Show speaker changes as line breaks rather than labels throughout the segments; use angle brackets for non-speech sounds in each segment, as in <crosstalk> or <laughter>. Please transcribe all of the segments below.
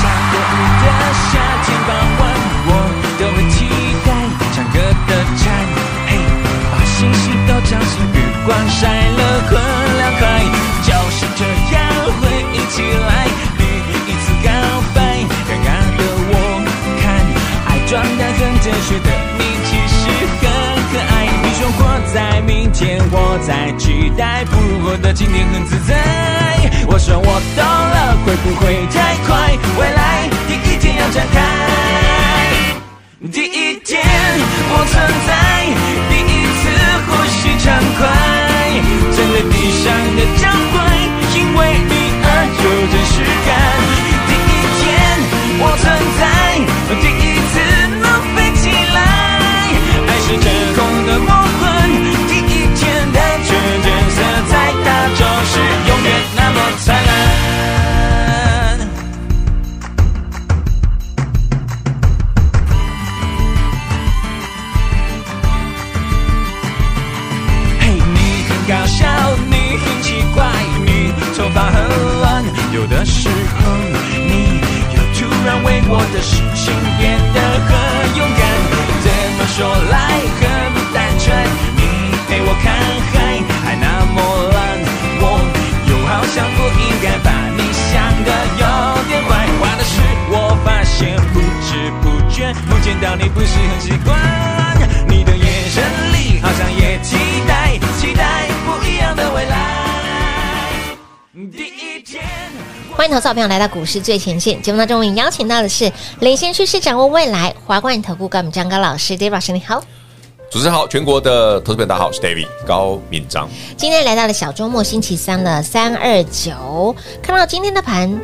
上个午的夏天傍晚，我都会期待唱歌的蝉，嘿，把心事都唱成月光晒了很凉快，就是这样回忆起来，第一次告白，尴尬的我看，爱装的很真实的你其实很可爱，你说活在明天，活在期待，不如活的今天很自在。我说我懂了，会不会太快？未来第一天要展开。第一天我存在，第一次呼吸畅快，站在地上的脚踝，因为你而有真实感。第一天我存在，第一次能飞起来，爱是天空的魔幻，第一天的纯真色彩，它就是永远那么灿烂。嘿，你很搞笑，你很奇怪，你头发很乱，有的时候你又突然为我的事情变得很勇敢。怎么说来很不单纯，你陪我看海还那么蓝，我又好像不应该把你想的有点坏。坏的是我发现不知不觉不见到你不是很习惯，你的眼神里好像也期待期待不一样的未来。第一天。
欢迎投资好朋友来到股市最前线节目当中，我们邀请到的是领先趋势、掌握未来华冠投顾高敏章高老师，David 老师你好。
主持人好，全国的投资朋友大家好，我是 David 高敏章。
今天来到了小周末星期三了，三二九，看到今天的盘，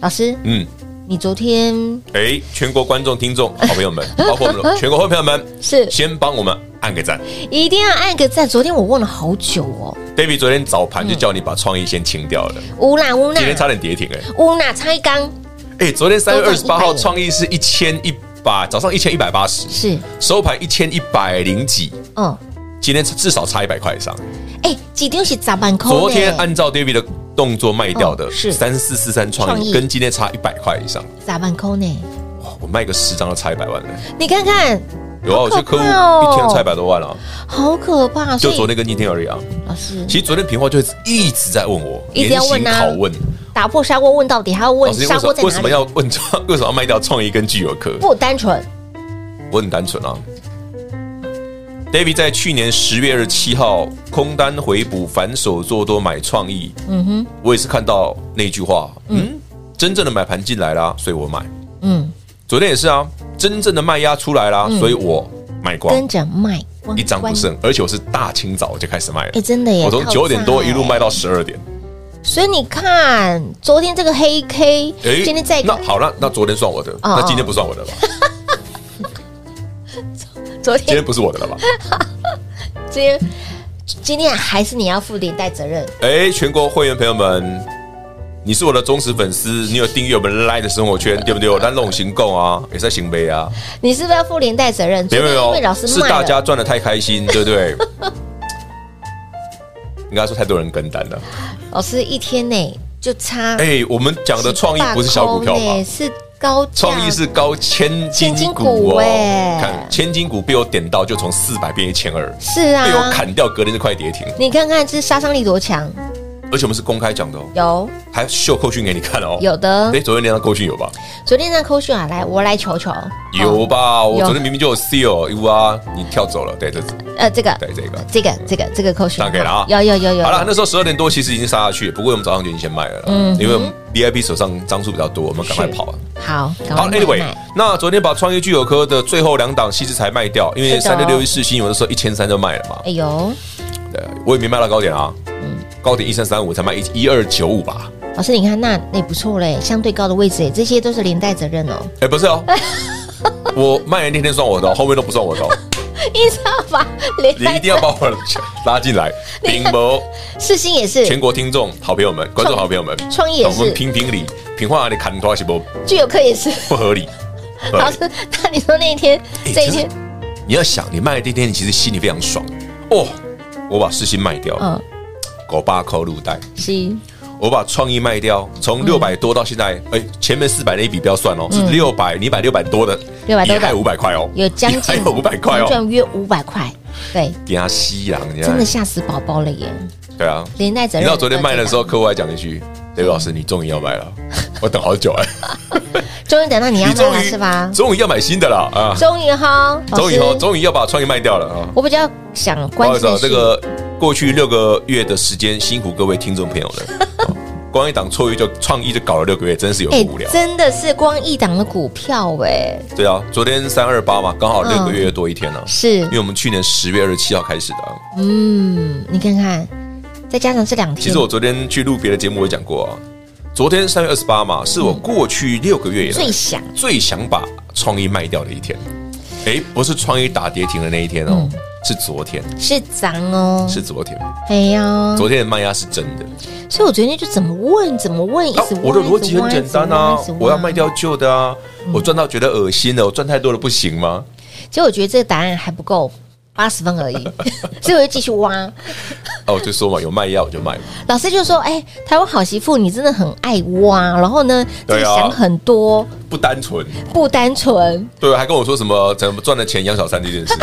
老师，
嗯，
你昨天
哎，全国观众、听众、好朋
<laughs>
友们，包括我们的全国好朋友们，
是
先帮我们按个赞。
一定要按个赞，昨天我问了好久哦，
David 昨天早盘就叫你把创意先清掉了，
乌娜乌娜
今天差点跌停哎、
乌娜拆缸
哎，昨天三月
都
二
涨
十八
100
号
了
创意是一千一百，早上一千一百八十，
是，
收盘一千一百零几，
哦，
今天至少差一百块以上。
哎，几丢是咋办？
昨天啊按照 David 的动作卖掉的
嗯是
三四四三创
创意
意，跟今天差一百块以上，
咋办扣呢？
哇，我卖个十张都差一百万了。
你看看，
有啊，
好
我
可
这客户
怕哦
一天差一百多万啊，
好可怕，
就
所以
昨天跟今天而已啊。
老师
其实昨天平花就一直在问我，
一直要问啊
拷问，
打破砂锅问到底，还要问
老师
砂
为什
锅
么
在
为什
哪
么
里？
要 <laughs> 问创，为什么要卖掉创意跟聚友科？
不单纯，
我很单纯啊。David 在去年十月二十七号空单回补，反手做多买创意。
嗯哼，
我也是看到那句话，嗯，真正的买盘进来啦，所以我买。
嗯，
昨天也是啊，真正的卖压出来啦，所以我卖光，
跟着卖，关
一张不。剩。而且我是大清早我就开始卖了，
哎，真的耶！
我从
套
九点多
餐
一路卖到十二点。
所以你看，昨天这个黑 K，
哎，
今天再哦
那好了，那昨天算我的，那今天不算我的
<laughs>
了吧？
昨
今
天
天不是我的了吧？
今天今天还是你要负连带责任。
哎，全国会员朋友们，你是我的忠实粉丝，你有订阅我们 Line 的生活圈，对不对？有那种行购啊，也在行杯啊，
你是不是要负连带责任？
没有
昨
没
天因
有
为老，师
是
卖
大
了，
家赚的太开心，对不
<laughs>
对？应该说太多人跟单了。
老师一天内就差
哎，我们讲的创意不是小股票
18口
吗
呢？欸是高价
创意是高千
千
金
金
股
股
哦
哎，
看千金股被我点到，就从四百变一千二，
是
被我
啊，
砍掉，隔天就快跌停。
你看看这杀伤力多强，
而且我们是公开讲的哦，
有
还秀扣讯给你看哦。
有的
哎，。昨天那张扣讯有吧？
昨天那扣讯啊，来我来求求，
有
哦
吧？我
有
昨天明明就有 seal，有啊，你跳走了。对，这
呃这个
对这个。
这个这个这个扣讯
打给了啊
有有有有，
好了，
有
那时候十二点多其实已经杀下去，不过我们早上就已经先卖了啦，
嗯
因为我们 VIP 手上张数比较多，我们赶快跑啊。
好，赶
好
快买
，Anyway，
买
那昨天把创业聚友科的最后两档西之才卖掉，因为
是的
三
哦
六六一四新有的时候一千三就卖了嘛，
哎呦，哎嗯
对，我也没卖到高点啊，高点一三三五才卖一一二九五吧，
老师，你看那也不错嘞，相对高的位置耶，这些都是连带责任
<laughs>
哦。
哎、不是哦，我卖人那天算我的哦，后面都不算我的哦，
你知道吧？连
你一
带
定要把我拉进
<laughs>
来。顶博
世新也
全
是，
国听众好朋友们、观众好朋友们，
创业也
我们
是，
评评理，评话你砍多是不
具有科也是。
不合
<laughs>
理。不合
老
理
师，那你说那一天
哎
这一
其实
天，
你要想，你卖的那天，你其实心里非常爽哦。我把世新卖掉，
嗯，
狗八扣入袋，
是
我把创意卖掉，从六百多到现在，哎、前面四百那一笔不要算哦，是六百，你买六百多的，
600多的
五百块哦，
有将
你还
近
有五百块哦，哎
赚约五百块，对，
给他吸氧，你
真的
看，
吓死宝宝了耶！
对啊，
连带责
你
任。
知道昨天卖的时候，，客户还讲一句：“刘老师，你终于要买了， <laughs> 我等好久哎，
终于等 <laughs> 到你要
你
卖
终
了是吧
于？终于要买新的了啊，
终于哈，老
终于
师
哦，终于要把创意卖掉了啊。”
我比较想
不好
关
意思啊
心，
这个过去六个月的时间，辛苦各位听众朋友
<laughs>
了。哦光一档错意就创意就搞了六个月，真是有够
哎
无聊，。
真的是光一档的股票哎，
对啊，昨天三二八嘛，刚好
嗯
六个月多一天了、啊
是
因为我们去年十月二十七号开始的啊、
嗯，你看看，再加上这两天，
其实我昨天去录别的节目，我讲过啊，昨天三月二十八嘛，是我过去六个月以来
最想
最啊想把创意卖掉的一天。哎，不是创意打跌停的那一天哦，
嗯
是昨天，
是涨哦，
是昨天，
哎呀，
昨天的卖压是真的。
所以我昨天就怎么问怎么问，一
啊
直问，
我的逻辑很简单啊
一直问一直问一直，问
我要卖掉旧的啊，
嗯
我赚到觉得恶心了，我赚太多了不行吗？
结果我觉得这个答案还不够。八十分
<laughs>
而已，所以我就继续挖。
哦，我就说嘛，有卖药我就卖嘛，
老师就说：“哎、台湾好媳妇，你真的很爱挖，然后呢，就
对
是
啊
想很多，
不单纯，
不单纯，
对，啊还跟我说什么怎么赚的钱养小三
<laughs>
这件事，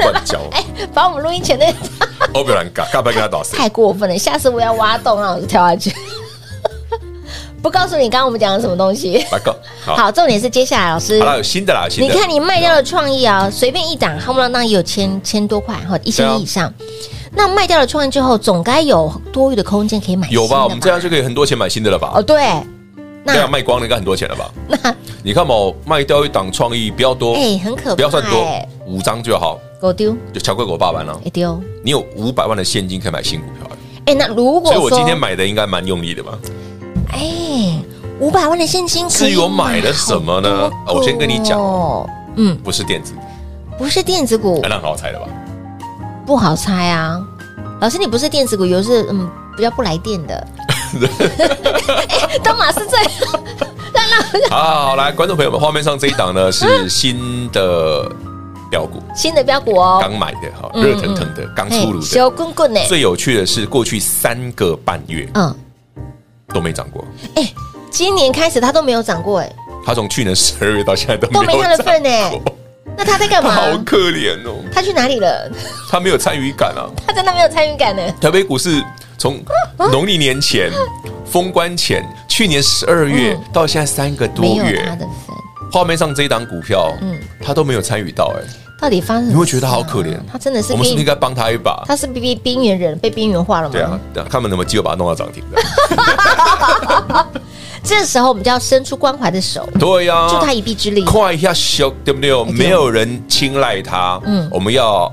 乱教，
哎把我们录音前那个
欧不然尬，尬不然跟他打死。
太过分了。下次我要挖洞，让老师跳下去。 <laughs> 不告诉你刚刚我们讲的什么东西。
来告好，好
好，重点是接下来老师，
啦，有新的啦，有新
你
的，
看你卖掉的创意啊，随便一档，夯不啷当也有千千多块哈，一千
对啊
一以上。那卖掉了创意之后，总该有多余的空间可以买
有
新
吧？
的
我们这样就可以很多钱买新的了吧
哦，？对，那
这样卖光了应该很多钱了吧？你看嘛，我卖掉一档创意不要多，
哎很可怕
不要算多
哎，
五张就好，
狗丢
就超过我爸爸了。
也丢。
你有五百万的现金可以买新股票了。
哎，那如果
所以
说
我今天买的应该蛮用力的吧？
哎五百万的现金，
至于我买了什么呢啊
好多
我先跟你讲
哦，嗯，
不是电子，
不是电子股
那很好猜的吧？
不好猜啊。老师，你不是电子股，有的是嗯比较不来电
<laughs>
的。哎，东马是最
好，好来，观众朋友们，画面上这一档呢
嗯
是新的标股，
新的标股哦，
刚买的哈，
嗯哎
热腾腾的，刚出炉的。
小棍棍呢？
最有趣的是，过去三个半月
嗯，
都没涨过，
今年开始它都没有涨过哎，
它从去年十二月到现在都
都
没
没
有
它的
涨，
份哎。那他在干嘛？
<laughs> 好可怜哦，
他去哪里了？
它没有参与感啊。
他真的没有参与感呢。
台北股市从农历年前封关前，去年十二月
嗯
到现在三个多
没有
月
他，的份，
画面上这一档股票，嗯，他都没有参与到、哎，
到底发生什么事啊？
你会觉得他好可怜
他真的是
我们是不是应
边，
该帮他一把？
他是嗯被边边缘人，被边缘化了吗？
对啊，对啊看他们有没有机会把它弄到涨停的。 <laughs>
这时候我们就要伸出关怀的手，
对呀、
助他一臂之力。
快一下小，对不对？没有人青睐他，
嗯
嗯，我们要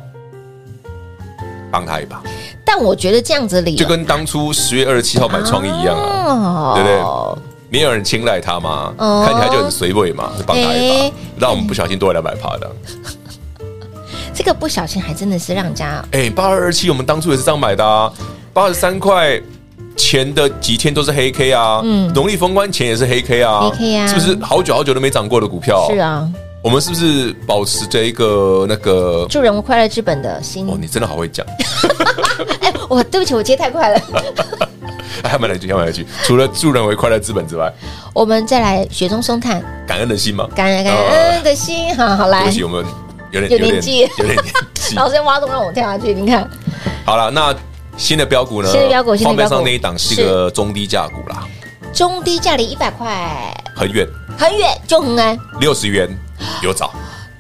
帮他一把，
但我觉得这样子的理由
就跟当初十月二十七号买创意一样啊，
哦
对不对？没有人青睐他嘛，
哦
看起来就很随味嘛，就帮他一
哎
把，让我们不小心多了两百趴的。
这个不小心还真的是让人家
哎，八二二七我们当初也是这样买的啊，八十三块前的几天都是黑 K 啊，
嗯
农历封关前也是黑 K 啊，
黑 K 啊
是不是好久好久都没涨过的股票？
是，啊，
我们是不是保持着一个那个？
助人为快乐之本的心 <laughs>
哦，。你真的好会讲， <laughs>
哎，我对不起，我接太快
哦
了。
哎还蛮来句，还蛮来句。除了助人为快乐资本之外，
我们再来雪中送炭，
感恩的心吗？
感恩感
哦
恩的心。好好
对
来
不，起，我们有点
有年纪
有点年纪。
老师挖洞让我跳下去，你看。
好了，那新的标股呢？
新的标股新的
画面
标
上
股
那一档是一个中低价股啦，
中低价离一百块
很远，
很远，就很安。
六十元有找，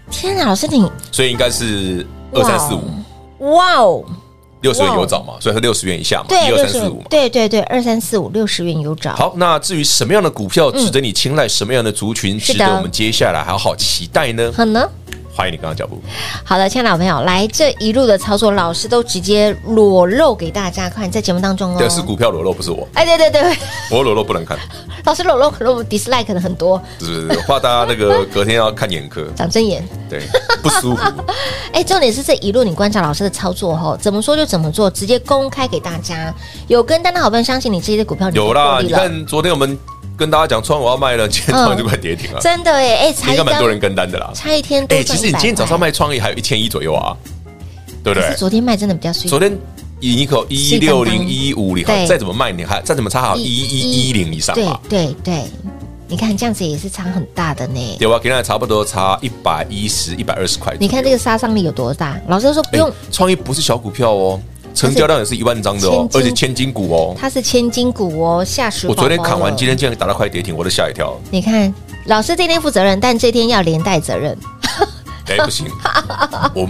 天啊，老师你
所以应该是二三四五。
哇哦，
六十元有找嘛，所以它六十元以下嘛，
对，
一二
六
三
十
四五嘛。
对对对，二三四五六十元有找。
好，那至于什么样的股票值得你青睐，什么样的族群
嗯
值
是
得
的嗯
我们接下来好好期待呢？
很呢，
欢迎你跟上脚步。
好的，亲爱的老朋友，来这一路的操作，老师都直接裸露给大家看，在节目当中哦。
对，是股票裸露，不是我，
哎，对对对， <laughs>
我裸露不能看，
老师裸露可能我们 dislike 的很多，
是不是？怕大家那个隔天要看眼科，
长真眼。
对，不
<laughs>
舒服。
哎，重点是这一路你观察老师的操作吼，怎么说就怎么做，直接公开给大家。有跟单的好朋友相信你这些的股票你就
有啦，
获利
你
了
看昨天我们跟大家讲川我要卖了，今天
嗯
突然就快跌停了，
真的哎哎，差
应
一
该蛮多人
张，
跟单的啦。
差一天多
哎，
赚
其实你今天早上卖创意还有一千一左右啊，
100块，
对不
可
对
是？昨天卖真的比较衰，
昨天一口一六零一五零，
对
再怎么卖你还再怎么差好一一一零以上啊
对
吧，
对对，你看这样子也是差很大的呢。
对吧？给大家差不多差一百一十、一百二十块左右。
你看这个杀伤力有多大？老师都说不
哎
用，
创意不是小股票哦，成交量也是一万张的哦，
千金
而且千金股哦。
它是千金股哦，吓死
我昨天砍完，今
天
天竟然打到快跌停，我都吓一跳。
你看老师这天负责任，但这天要连带责任。
哎，
<laughs>
不行，我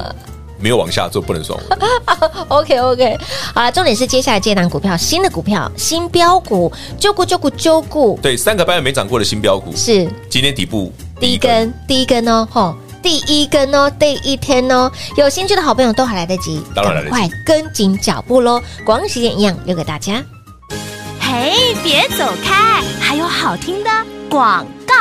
没有往下做，不能算我。
OK OK，好了，重点是接下来这档股票，新的股票，新标股，揪股揪股揪股，
对，三个半月没涨过的新标股，
是
今天底部
第一根，第一根哦，吼。第一根哦，第一天哦，有兴趣的好朋友都还来得及，
当然来得
赶
及
快跟紧脚步喽！广告时间一样留给大家。
嘿，别走开，还有好听的广告。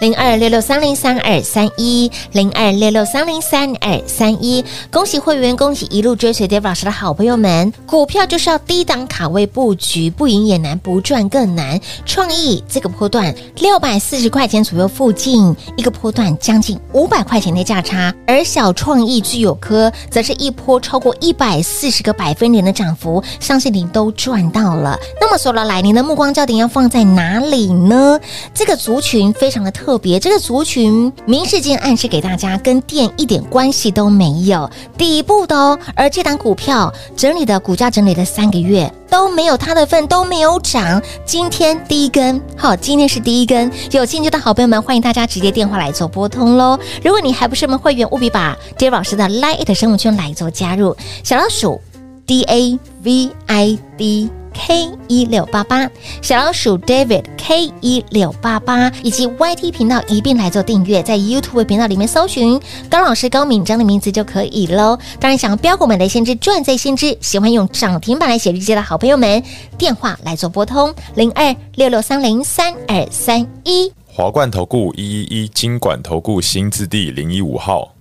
零二六六三零三二三一，零二六六三零三二三一。恭喜会员，恭喜一路追随 Dave 老师的好朋友们！股票就是要低档卡位布局，不赢也难，不赚更难。创意这个波段六百四十块钱左右附近，一个波段将近五百块钱的价差，而小创意具有科则是一波超过一百四十个百分点的涨幅，相信您都赚到了。那么说了来，您的目光焦点要放在哪里呢？这个族群非常的特别，这个族群明示间暗示给大家，跟电一点关系都没有，底部的哦。而这档股票整理的股价整理了三个月都没有它的份，都没有涨。今天第一根，好，今天是第一根，有兴趣的好朋友们，欢迎大家直接电话来做拨通喽。如果你还不是我们会员，务必把 Dear 老师的 Lite 生活圈来做加入，小老鼠 D A V I D K 一六八八，小老鼠 David K 一六八八，以及 YT 频道一并来做订阅，在 YouTube 频道里面搜寻高老师高敏章的名字就可以喽。当然，想要标股买的先知赚在先知，喜欢用涨停板来写日记的好朋友们，电话来做拨通零二六六三零三二三一。
华冠投顾一一一金管投顾新字第零一五号，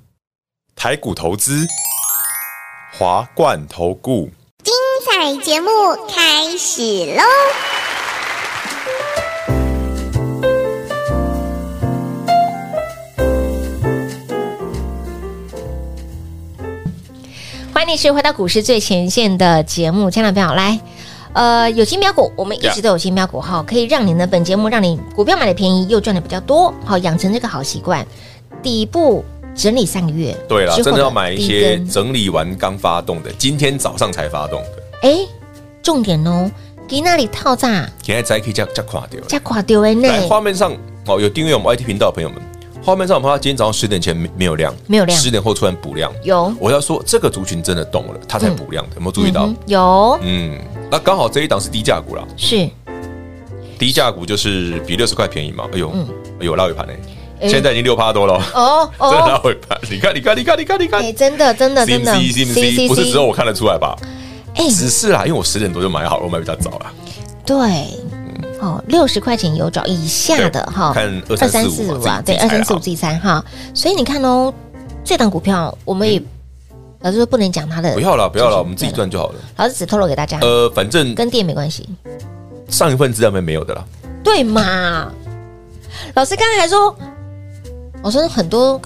台股投资，华冠投顾。
彩节目开始喽！
欢迎你是回到股市最前线的节目，亲爱的朋友，来，呃，有新标股，我们一
Yeah
直都有新标股哈，可以让你的本节目让你股票买的便宜，又赚的比较多，好，养成这个好习惯。底部整理三个月，
对了，
之后
真的要买一些
低
整理完刚发动的，今天早上才发动的，
跟哎，重点哦，给那里套炸
现在才可以这样这样垮掉。
加垮丢哎
来，
内，
画面上哦，有订阅我们 IT 频道的朋友们，画面上我们看到今天早上十点前没没有量，
没有量
十点后突然补量。
有
我要说这个族群真的动了，它才补量的，有没有注意到
嗯？哼有
嗯，那刚好这一档是低价股啦，
是
低价股就是比六十块便宜嘛。哎呦，
嗯
哎呦，拉尾盘呢，
哎
现在已经六趴多了，
哦
<laughs> 真的拉
哦，
尾盘，你看，你看，你看，你看，你看
哎，真的真的真的
CMC CMC 不是只有我看得出来吧？
哎
只是啦，因为我十点多就买好了，我买比较早啦。
对。哦，六十块钱有找以下的
对
哈，
看2345
啊
啊，
对，
自己
二
猜
三
啦
四五自己猜哈。所以你看哦，这档股票我们也，老师说不能讲它的，
嗯不要啦，不要啦，我们自
对
己
了。
赚就好了。
老师只透露给大家，
呃，反正
哎跟店没关系，
上一份资料里面没有的啦，
对嘛？老师刚才还说，我说很多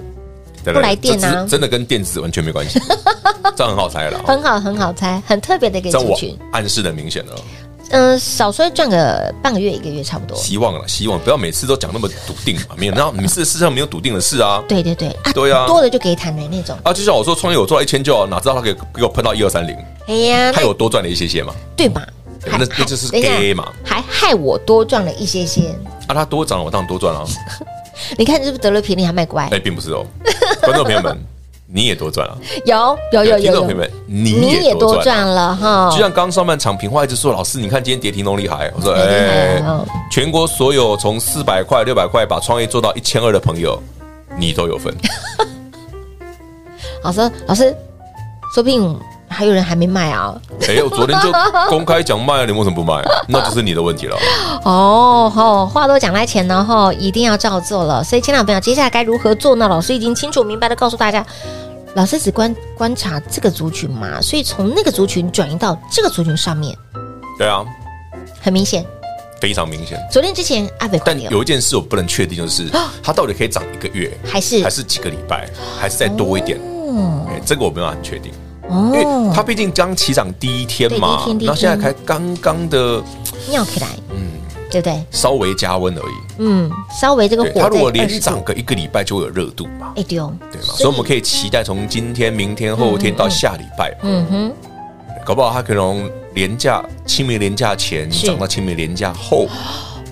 对
不来电啊
这只真的跟电子完全
<laughs>
没关系，这样很好猜了啦。哦
很好很好猜，很特别的一个
这样
族
我
群，
暗示的明显了，哦
嗯，少说赚个半个月一个月差不多。
希望了，希望不要每次都讲那么笃定嘛，没有，那每次世上没有笃定的事啊。
对对对啊，
对啊
多的就给坦的那种。
啊，就像我说创业我做到一千就好，哪知道他给给我喷到一二三零，
哎呀，
他有多赚了一些些嘛？
对吧？
对
还
那
还
那就是
等一下
gay 嘛
还害我多赚了一些些。
啊，他多涨我当然多赚啊。
你看是不是得了便宜还卖乖
哎，？并不是哦，观众朋友们，你也多赚了，
有 <laughs> 有有
听
有
众朋友
有，
们，你也多赚啊。
了哈
就像刚上半场，平花一直说：“老师，你看今天跌停都厉害。”我说：“
很厉害
哎
哦，
全国所有从四百块、六百块把创业做到一千二的朋友，你都有份。
老师，老师，说不定还有人还没卖啊。
哎、我昨天就公开讲卖啊，你为什么不卖、那就是你的问题了。
哦吼，话都讲在前了吼，一定要照做了。所以，亲爱的朋友，接下来该如何做呢？老师已经清楚明白的告诉大家，老师只观观察这个族群嘛，所以从那个族群转移到这个族群上面，
对啊，
很明显。
非常明显。
昨天之前阿北
但有一件事我不能确定，就是它到底可以涨一个月，
哦还是
还是几个礼拜，还是再多一点？
哦
哎，这个我没有很确定，因为
哦，
它毕竟刚起涨第一天嘛
对第一天第，一天
那现在才刚刚的
尿起来，嗯，对不对？
稍微加温而已。
嗯，稍微这个
对，
火
它如果
在
连
20
涨个一个礼拜就会有热度嘛，
哎丢，
对吗？所以我们可以期待从今天、明天、后天到下礼拜，
嗯哼，
搞不好它可能廉价清明廉价前
是
涨到清明廉价后。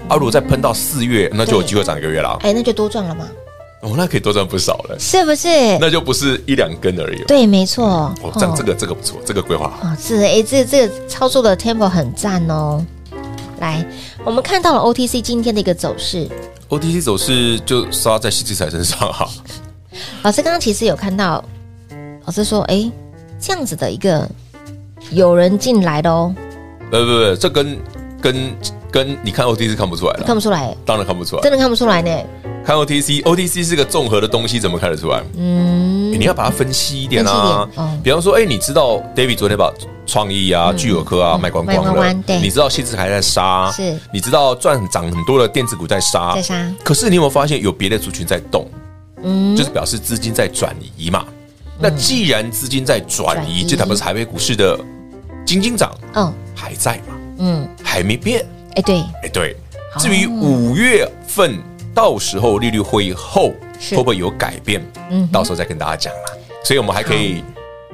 啊，如果再喷到四月，那就有机会涨一个月啦。
哎，那就多赚了嘛，
哦，那可以多赚不少了，
是不是？
<laughs> 那就不是一两根而已了。
对，没错。
哦，这样这个这个不错，这个规划好。
啊，是哎，这这个操作的 tempo 很赞哦。来，我们看到了 OTC 今天的一个走势，
OTC 走势就杀在西子彩身上哈、
老师刚刚其实有看到，老师说，哎，这样子的一个有人进来的哦，
呃，不不，这跟跟跟你看 OTC 看不出来
你看
了，
不出来，
当然看不出来
真。的看不出来呢。
看 OTC，OTC 是个综合的东西，怎么看得出来？
嗯
欸，你要把它分析一点啊
分析一点哦。
比方说，哎，你知道 David 昨天把创意啊、聚友科啊卖光
嗯
光
卖光
了
光对，
你知道西子凯在杀，
是
你知道赚涨很多的电子股在杀
在，杀，
可是你有没有发现有别的族群在动？
嗯
就是表示资金在转移嘛。那既然资金在转
转
移，
移
这代表是台北股市的金金涨
嗯
还在嘛，
嗯，
还没变。
哎，对，
哎，对。至于五月份到时候利率会议后
是
会不会有改变，
嗯哼
到时候再跟大家讲啦。所以我们还可以，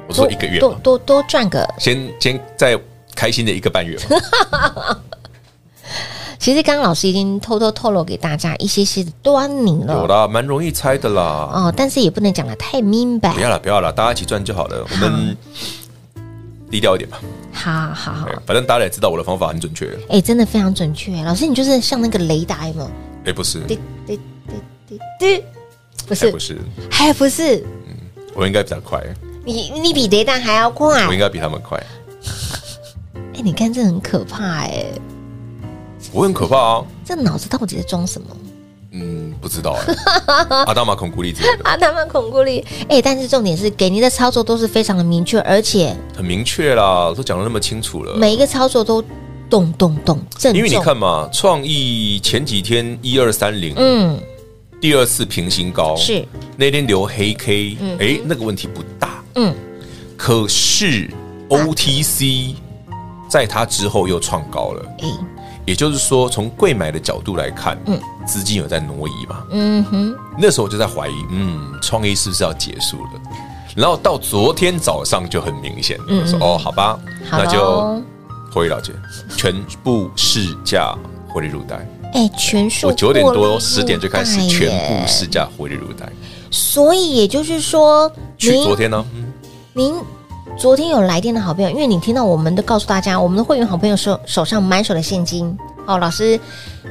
我说一个月
多
嘛，
多多赚个
先先再开心的一个半月嘛。
<laughs> 其实刚刚老师已经偷偷透露给大家一些些的端倪
有
了，
啦，蛮容易猜的啦。
哦，但是也不能讲的太明白
不。要啦，不要啦，大家一起赚就好了。我们低调一点吧，
好好好
哎，反正大家也知道我的方法很准确。
哎、真的非常准确。老师，你就是像那个雷达有没有？
哎，不是，
滴滴滴滴滴，不
哎
是
不，是，
还不是，
我应该比较快，
你你比雷达还要快。
我
哎、
应该比他们快。
你看这很可怕哎、
我很可怕啊，
这脑子到底在装什么？
嗯，不知道
<laughs>
哎、阿大马孔孤立之类的，
啊，他们恐怖力哎、但是重点是给您的操作都是非常的明确，而且
很明确啦，都讲的那么清楚了。
每一个操作都动动动正中。
因为你看嘛，创意前几天一二三零，
嗯，
第二次平新高，
是，
那天留黑 K，哎，那个问题不大，
嗯，
可是 OTC 在它之后又创高了，
哎、
也就是说，从贵买的角度来看，
嗯
嗯，资金有在挪移嘛，
嗯哼，
那时候我就在怀疑，嗯，创意是不是要结束了？然后到昨天早上就很明显，我说哦，好吧，
嗯好
那
喽
就。回了解，全部市价获利入袋。
哎、全数
我九点
获利
多
入
十点就开始
袋
全
耶
部市价获利入袋。
所以也就是说，
去
您
昨天呢，嗯
您昨天有来电的好朋友，因为你听到我们都告诉大家，我们的会员好朋友手手上满手的现金，哦，老师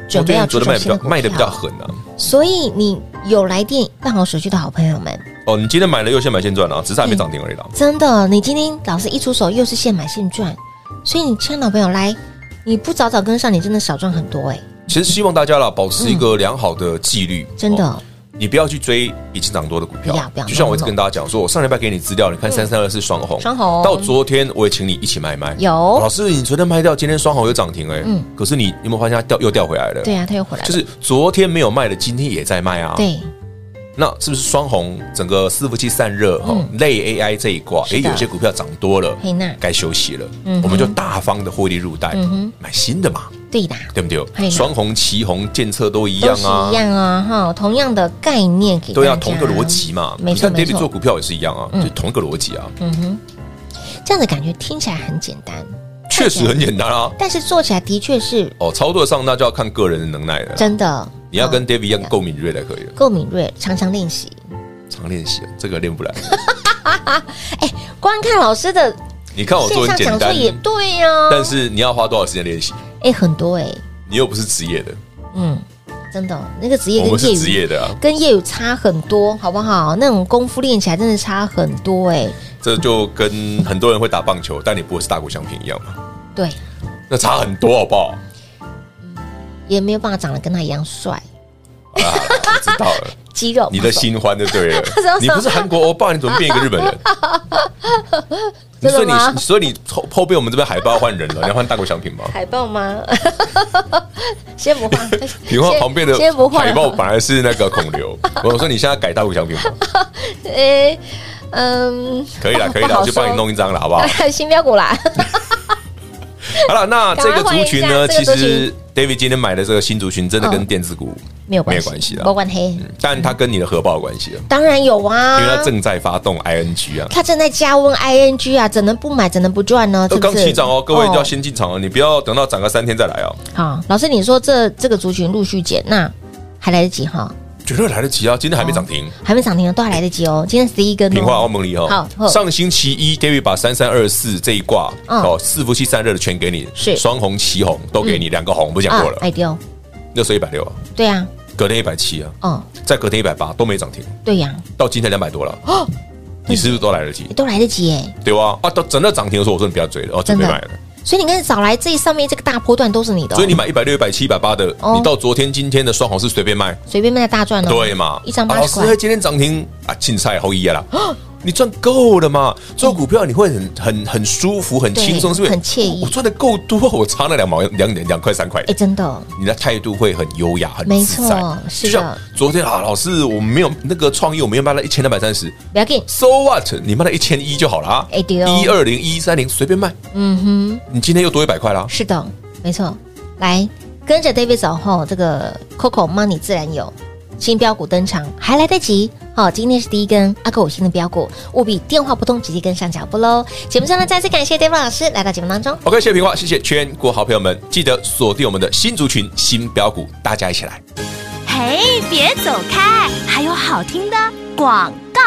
准备要
昨
出
天
手
卖得
新的股票
比较卖的比较狠啊。
所以你有来电办好手续的好朋友们，
哦，你今天买了又先买先赚了，只是还没涨停而已啦。
真的，你今天老师一出手又是现买现赚，所以你亲爱的好朋友来，你不早早跟上，你真的少赚很多哎、
其实希望大家啦，保持一个良好的纪律，
嗯真的，
哦你不要去追已经涨多的股
不要
票
不要，
就像我一
no，no，no
直跟大家讲说，我上礼拜给你资料，你看三三二是双红，
双红
到昨天我也请你一起卖一卖，
有
哦老师你昨天卖掉，今天双红有涨停哎
嗯，
可是你有没有发现它掉又掉回来了？
对，啊，他又回来了，
就是昨天没有卖的，今天也在卖啊，，
对，
那是不是双红整个伺服器散热哈、
嗯
类 AI 这一挂，
是
诶，
的
有些股票涨多了
嘿那，
该休息了，
嗯哼
我们就大方的获利入袋，
嗯哼
买新的嘛，
对的。
对不
嘿
对？
那
双红、旗红、建策都一
都
样
是
啊
一，样啊，哈，同样的概念给大家，
都要同一个逻辑嘛。
啊没
你
错
看
没
David 做
错，
股票也是一样啊，就同一个逻辑啊，
嗯哼，这样的感觉听起来很简单，
确实很简单啊。
但是做起来的确是
哦，操作上那就要看个人的能耐了啦。
真的，
你要跟 David 一样
对
够敏锐才可以了，
够敏锐，常常练习。
常练习，啊这个练
<laughs>
不来。
光看老师的
你看我
线
哦做
上
很
讲
简
座
单，
也对啊呀、
但是你要花多少时间练习？
哎、很多哎、
你又不是职业的，
嗯，真的哦、那个职业
我
跟
们
业
是
余
职业的啊，
跟业余差很多，好不好？那种功夫练起来真的差很多哎、
这就跟很多人会打棒球，但你不会是大谷翔平一样嘛？
对，
那差很多好不好？
也没有办法长得跟他一样帅，
啊，我知道
<laughs>
了，
肌肉。
你的心欢就对了
<laughs>
你不是韩国欧巴，你怎么变一个日本人？
真
所
的
以
吗
你所以你后后边我们这边海报换人了，你要换大谷翔平吗？
海报吗？ <laughs> 先不 <laughs> 换，
你换旁边的
先不换
海报，本来是那个孔刘，我说你现在改大谷翔平吗？
<laughs> 诶、哎嗯， <laughs>
可以啦，
不
可以
不
啦，
好
我就帮你弄一张了，好不好？
新标股啦，
好了，那这个族群
赶快换一
呢，
下
其
这个族群
实 David 今天买的这个新族群，真的跟
嗯
电子股
没有关系，
没有关系啦
包管黑，
但它跟你的荷包有关系了，
当然有啊，
因为它正在发动 ING 啊，
它正在加温 ING 啊，怎能不买，怎能不赚呢？
都
是不
刚
是
起涨哦，各位就要
哦
先进场哦，你不要等到涨个三天再来哦，
好，老师，你说这这个族群陆续减，那还来得及哈？哦
绝对来得及啊，今天还没涨停。
还没涨停的都还来得及哦。今天十一根哦，
平化澳门里哦，
嗯好
上星期一，David 把三三二四这一卦
嗯
哦，四伏七散热的全给你，
是嗯哎
双红旗红都给你，两个红不是讲过了，
爱啊丢，
那时候一百六啊，
对啊，
隔天一百七啊，
哦，
再隔天一百八都没涨停，
对呀、
到今天两百多了，
哦
你是不是都来得及？
都来得及哎。
对吧？啊，到整个涨停的时候，我说你不要追了，哦，就
真
没
的
买了。
所以你看，早来这上面这个大波段都是你的、哦，
所以你买一百六、一百七、一百八的，
哦
你到昨天、今天的双红是随便卖，
随便卖大赚哦，
对嘛？
一张
啊
八
老
十
师，
块
哎，今天涨停啊，青菜好一啦，
<gasps>
你赚够了嘛？做股票你会很很很舒服、很
对
轻松，是不是？
很惬意
我赚的够多，我差那两毛两两块三块
哎，，真的哦，
你的态度会很优雅、很
没
自在
错。是的
就像昨天啊，老师，我没有那个创意，我没有卖到一千两百三十
不要紧，
，so what？你卖到一千一就好啦，
哎对哦
一二零一三零随便卖，
嗯
你今天又多一百块啊啦
哼，。是的，没错。来跟着 David 走后，这个 Coco Money 自然有新标股登场，还来得及。好、今天是第一根阿哥我新的标股，务必电话不通，直接跟上脚步喽。节目上呢，再次感谢 David 老师来到节目当中。
OK，谢谢平话，谢谢全国好朋友们，记得锁定我们的新族群、新标股，大家一起来。
嘿，别走开，还有好听的广告。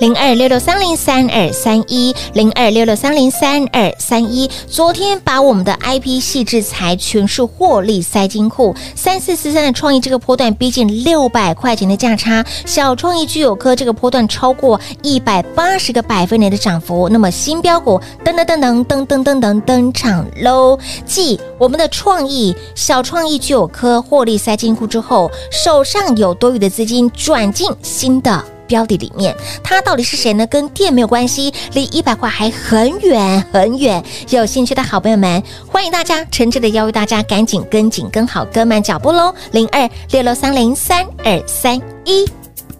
零二六六三零三二三一，零二六六三零三二三一。昨天把我们的 IP 细制裁全数获利塞金库，三四四三的创意这个波段逼近六百块钱的价差，小创意具有科这个波段超过一百八十个百分点的涨幅。那么新标股噔噔噔噔噔噔噔噔登场喽！继我们的创意小创意具有科获利塞金库之后，手上有多余的资金转进新的。标的里面，它到底是谁呢？跟店没有关系，离一百块还很远很远。有兴趣的好朋友们，欢迎大家诚挚的邀约大家赶紧跟紧跟好跟慢脚步喽！零二六六三零三二三一。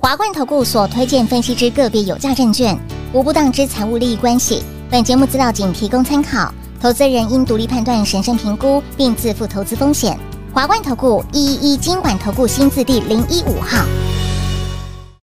华冠投顾所推荐分析之个别有价证券，无不当之财务利益关系。本节目资料仅提供参考，投资人应独立判断、审慎评估，并自负投资风险。华冠投顾一一一金管投顾新字第零一五号。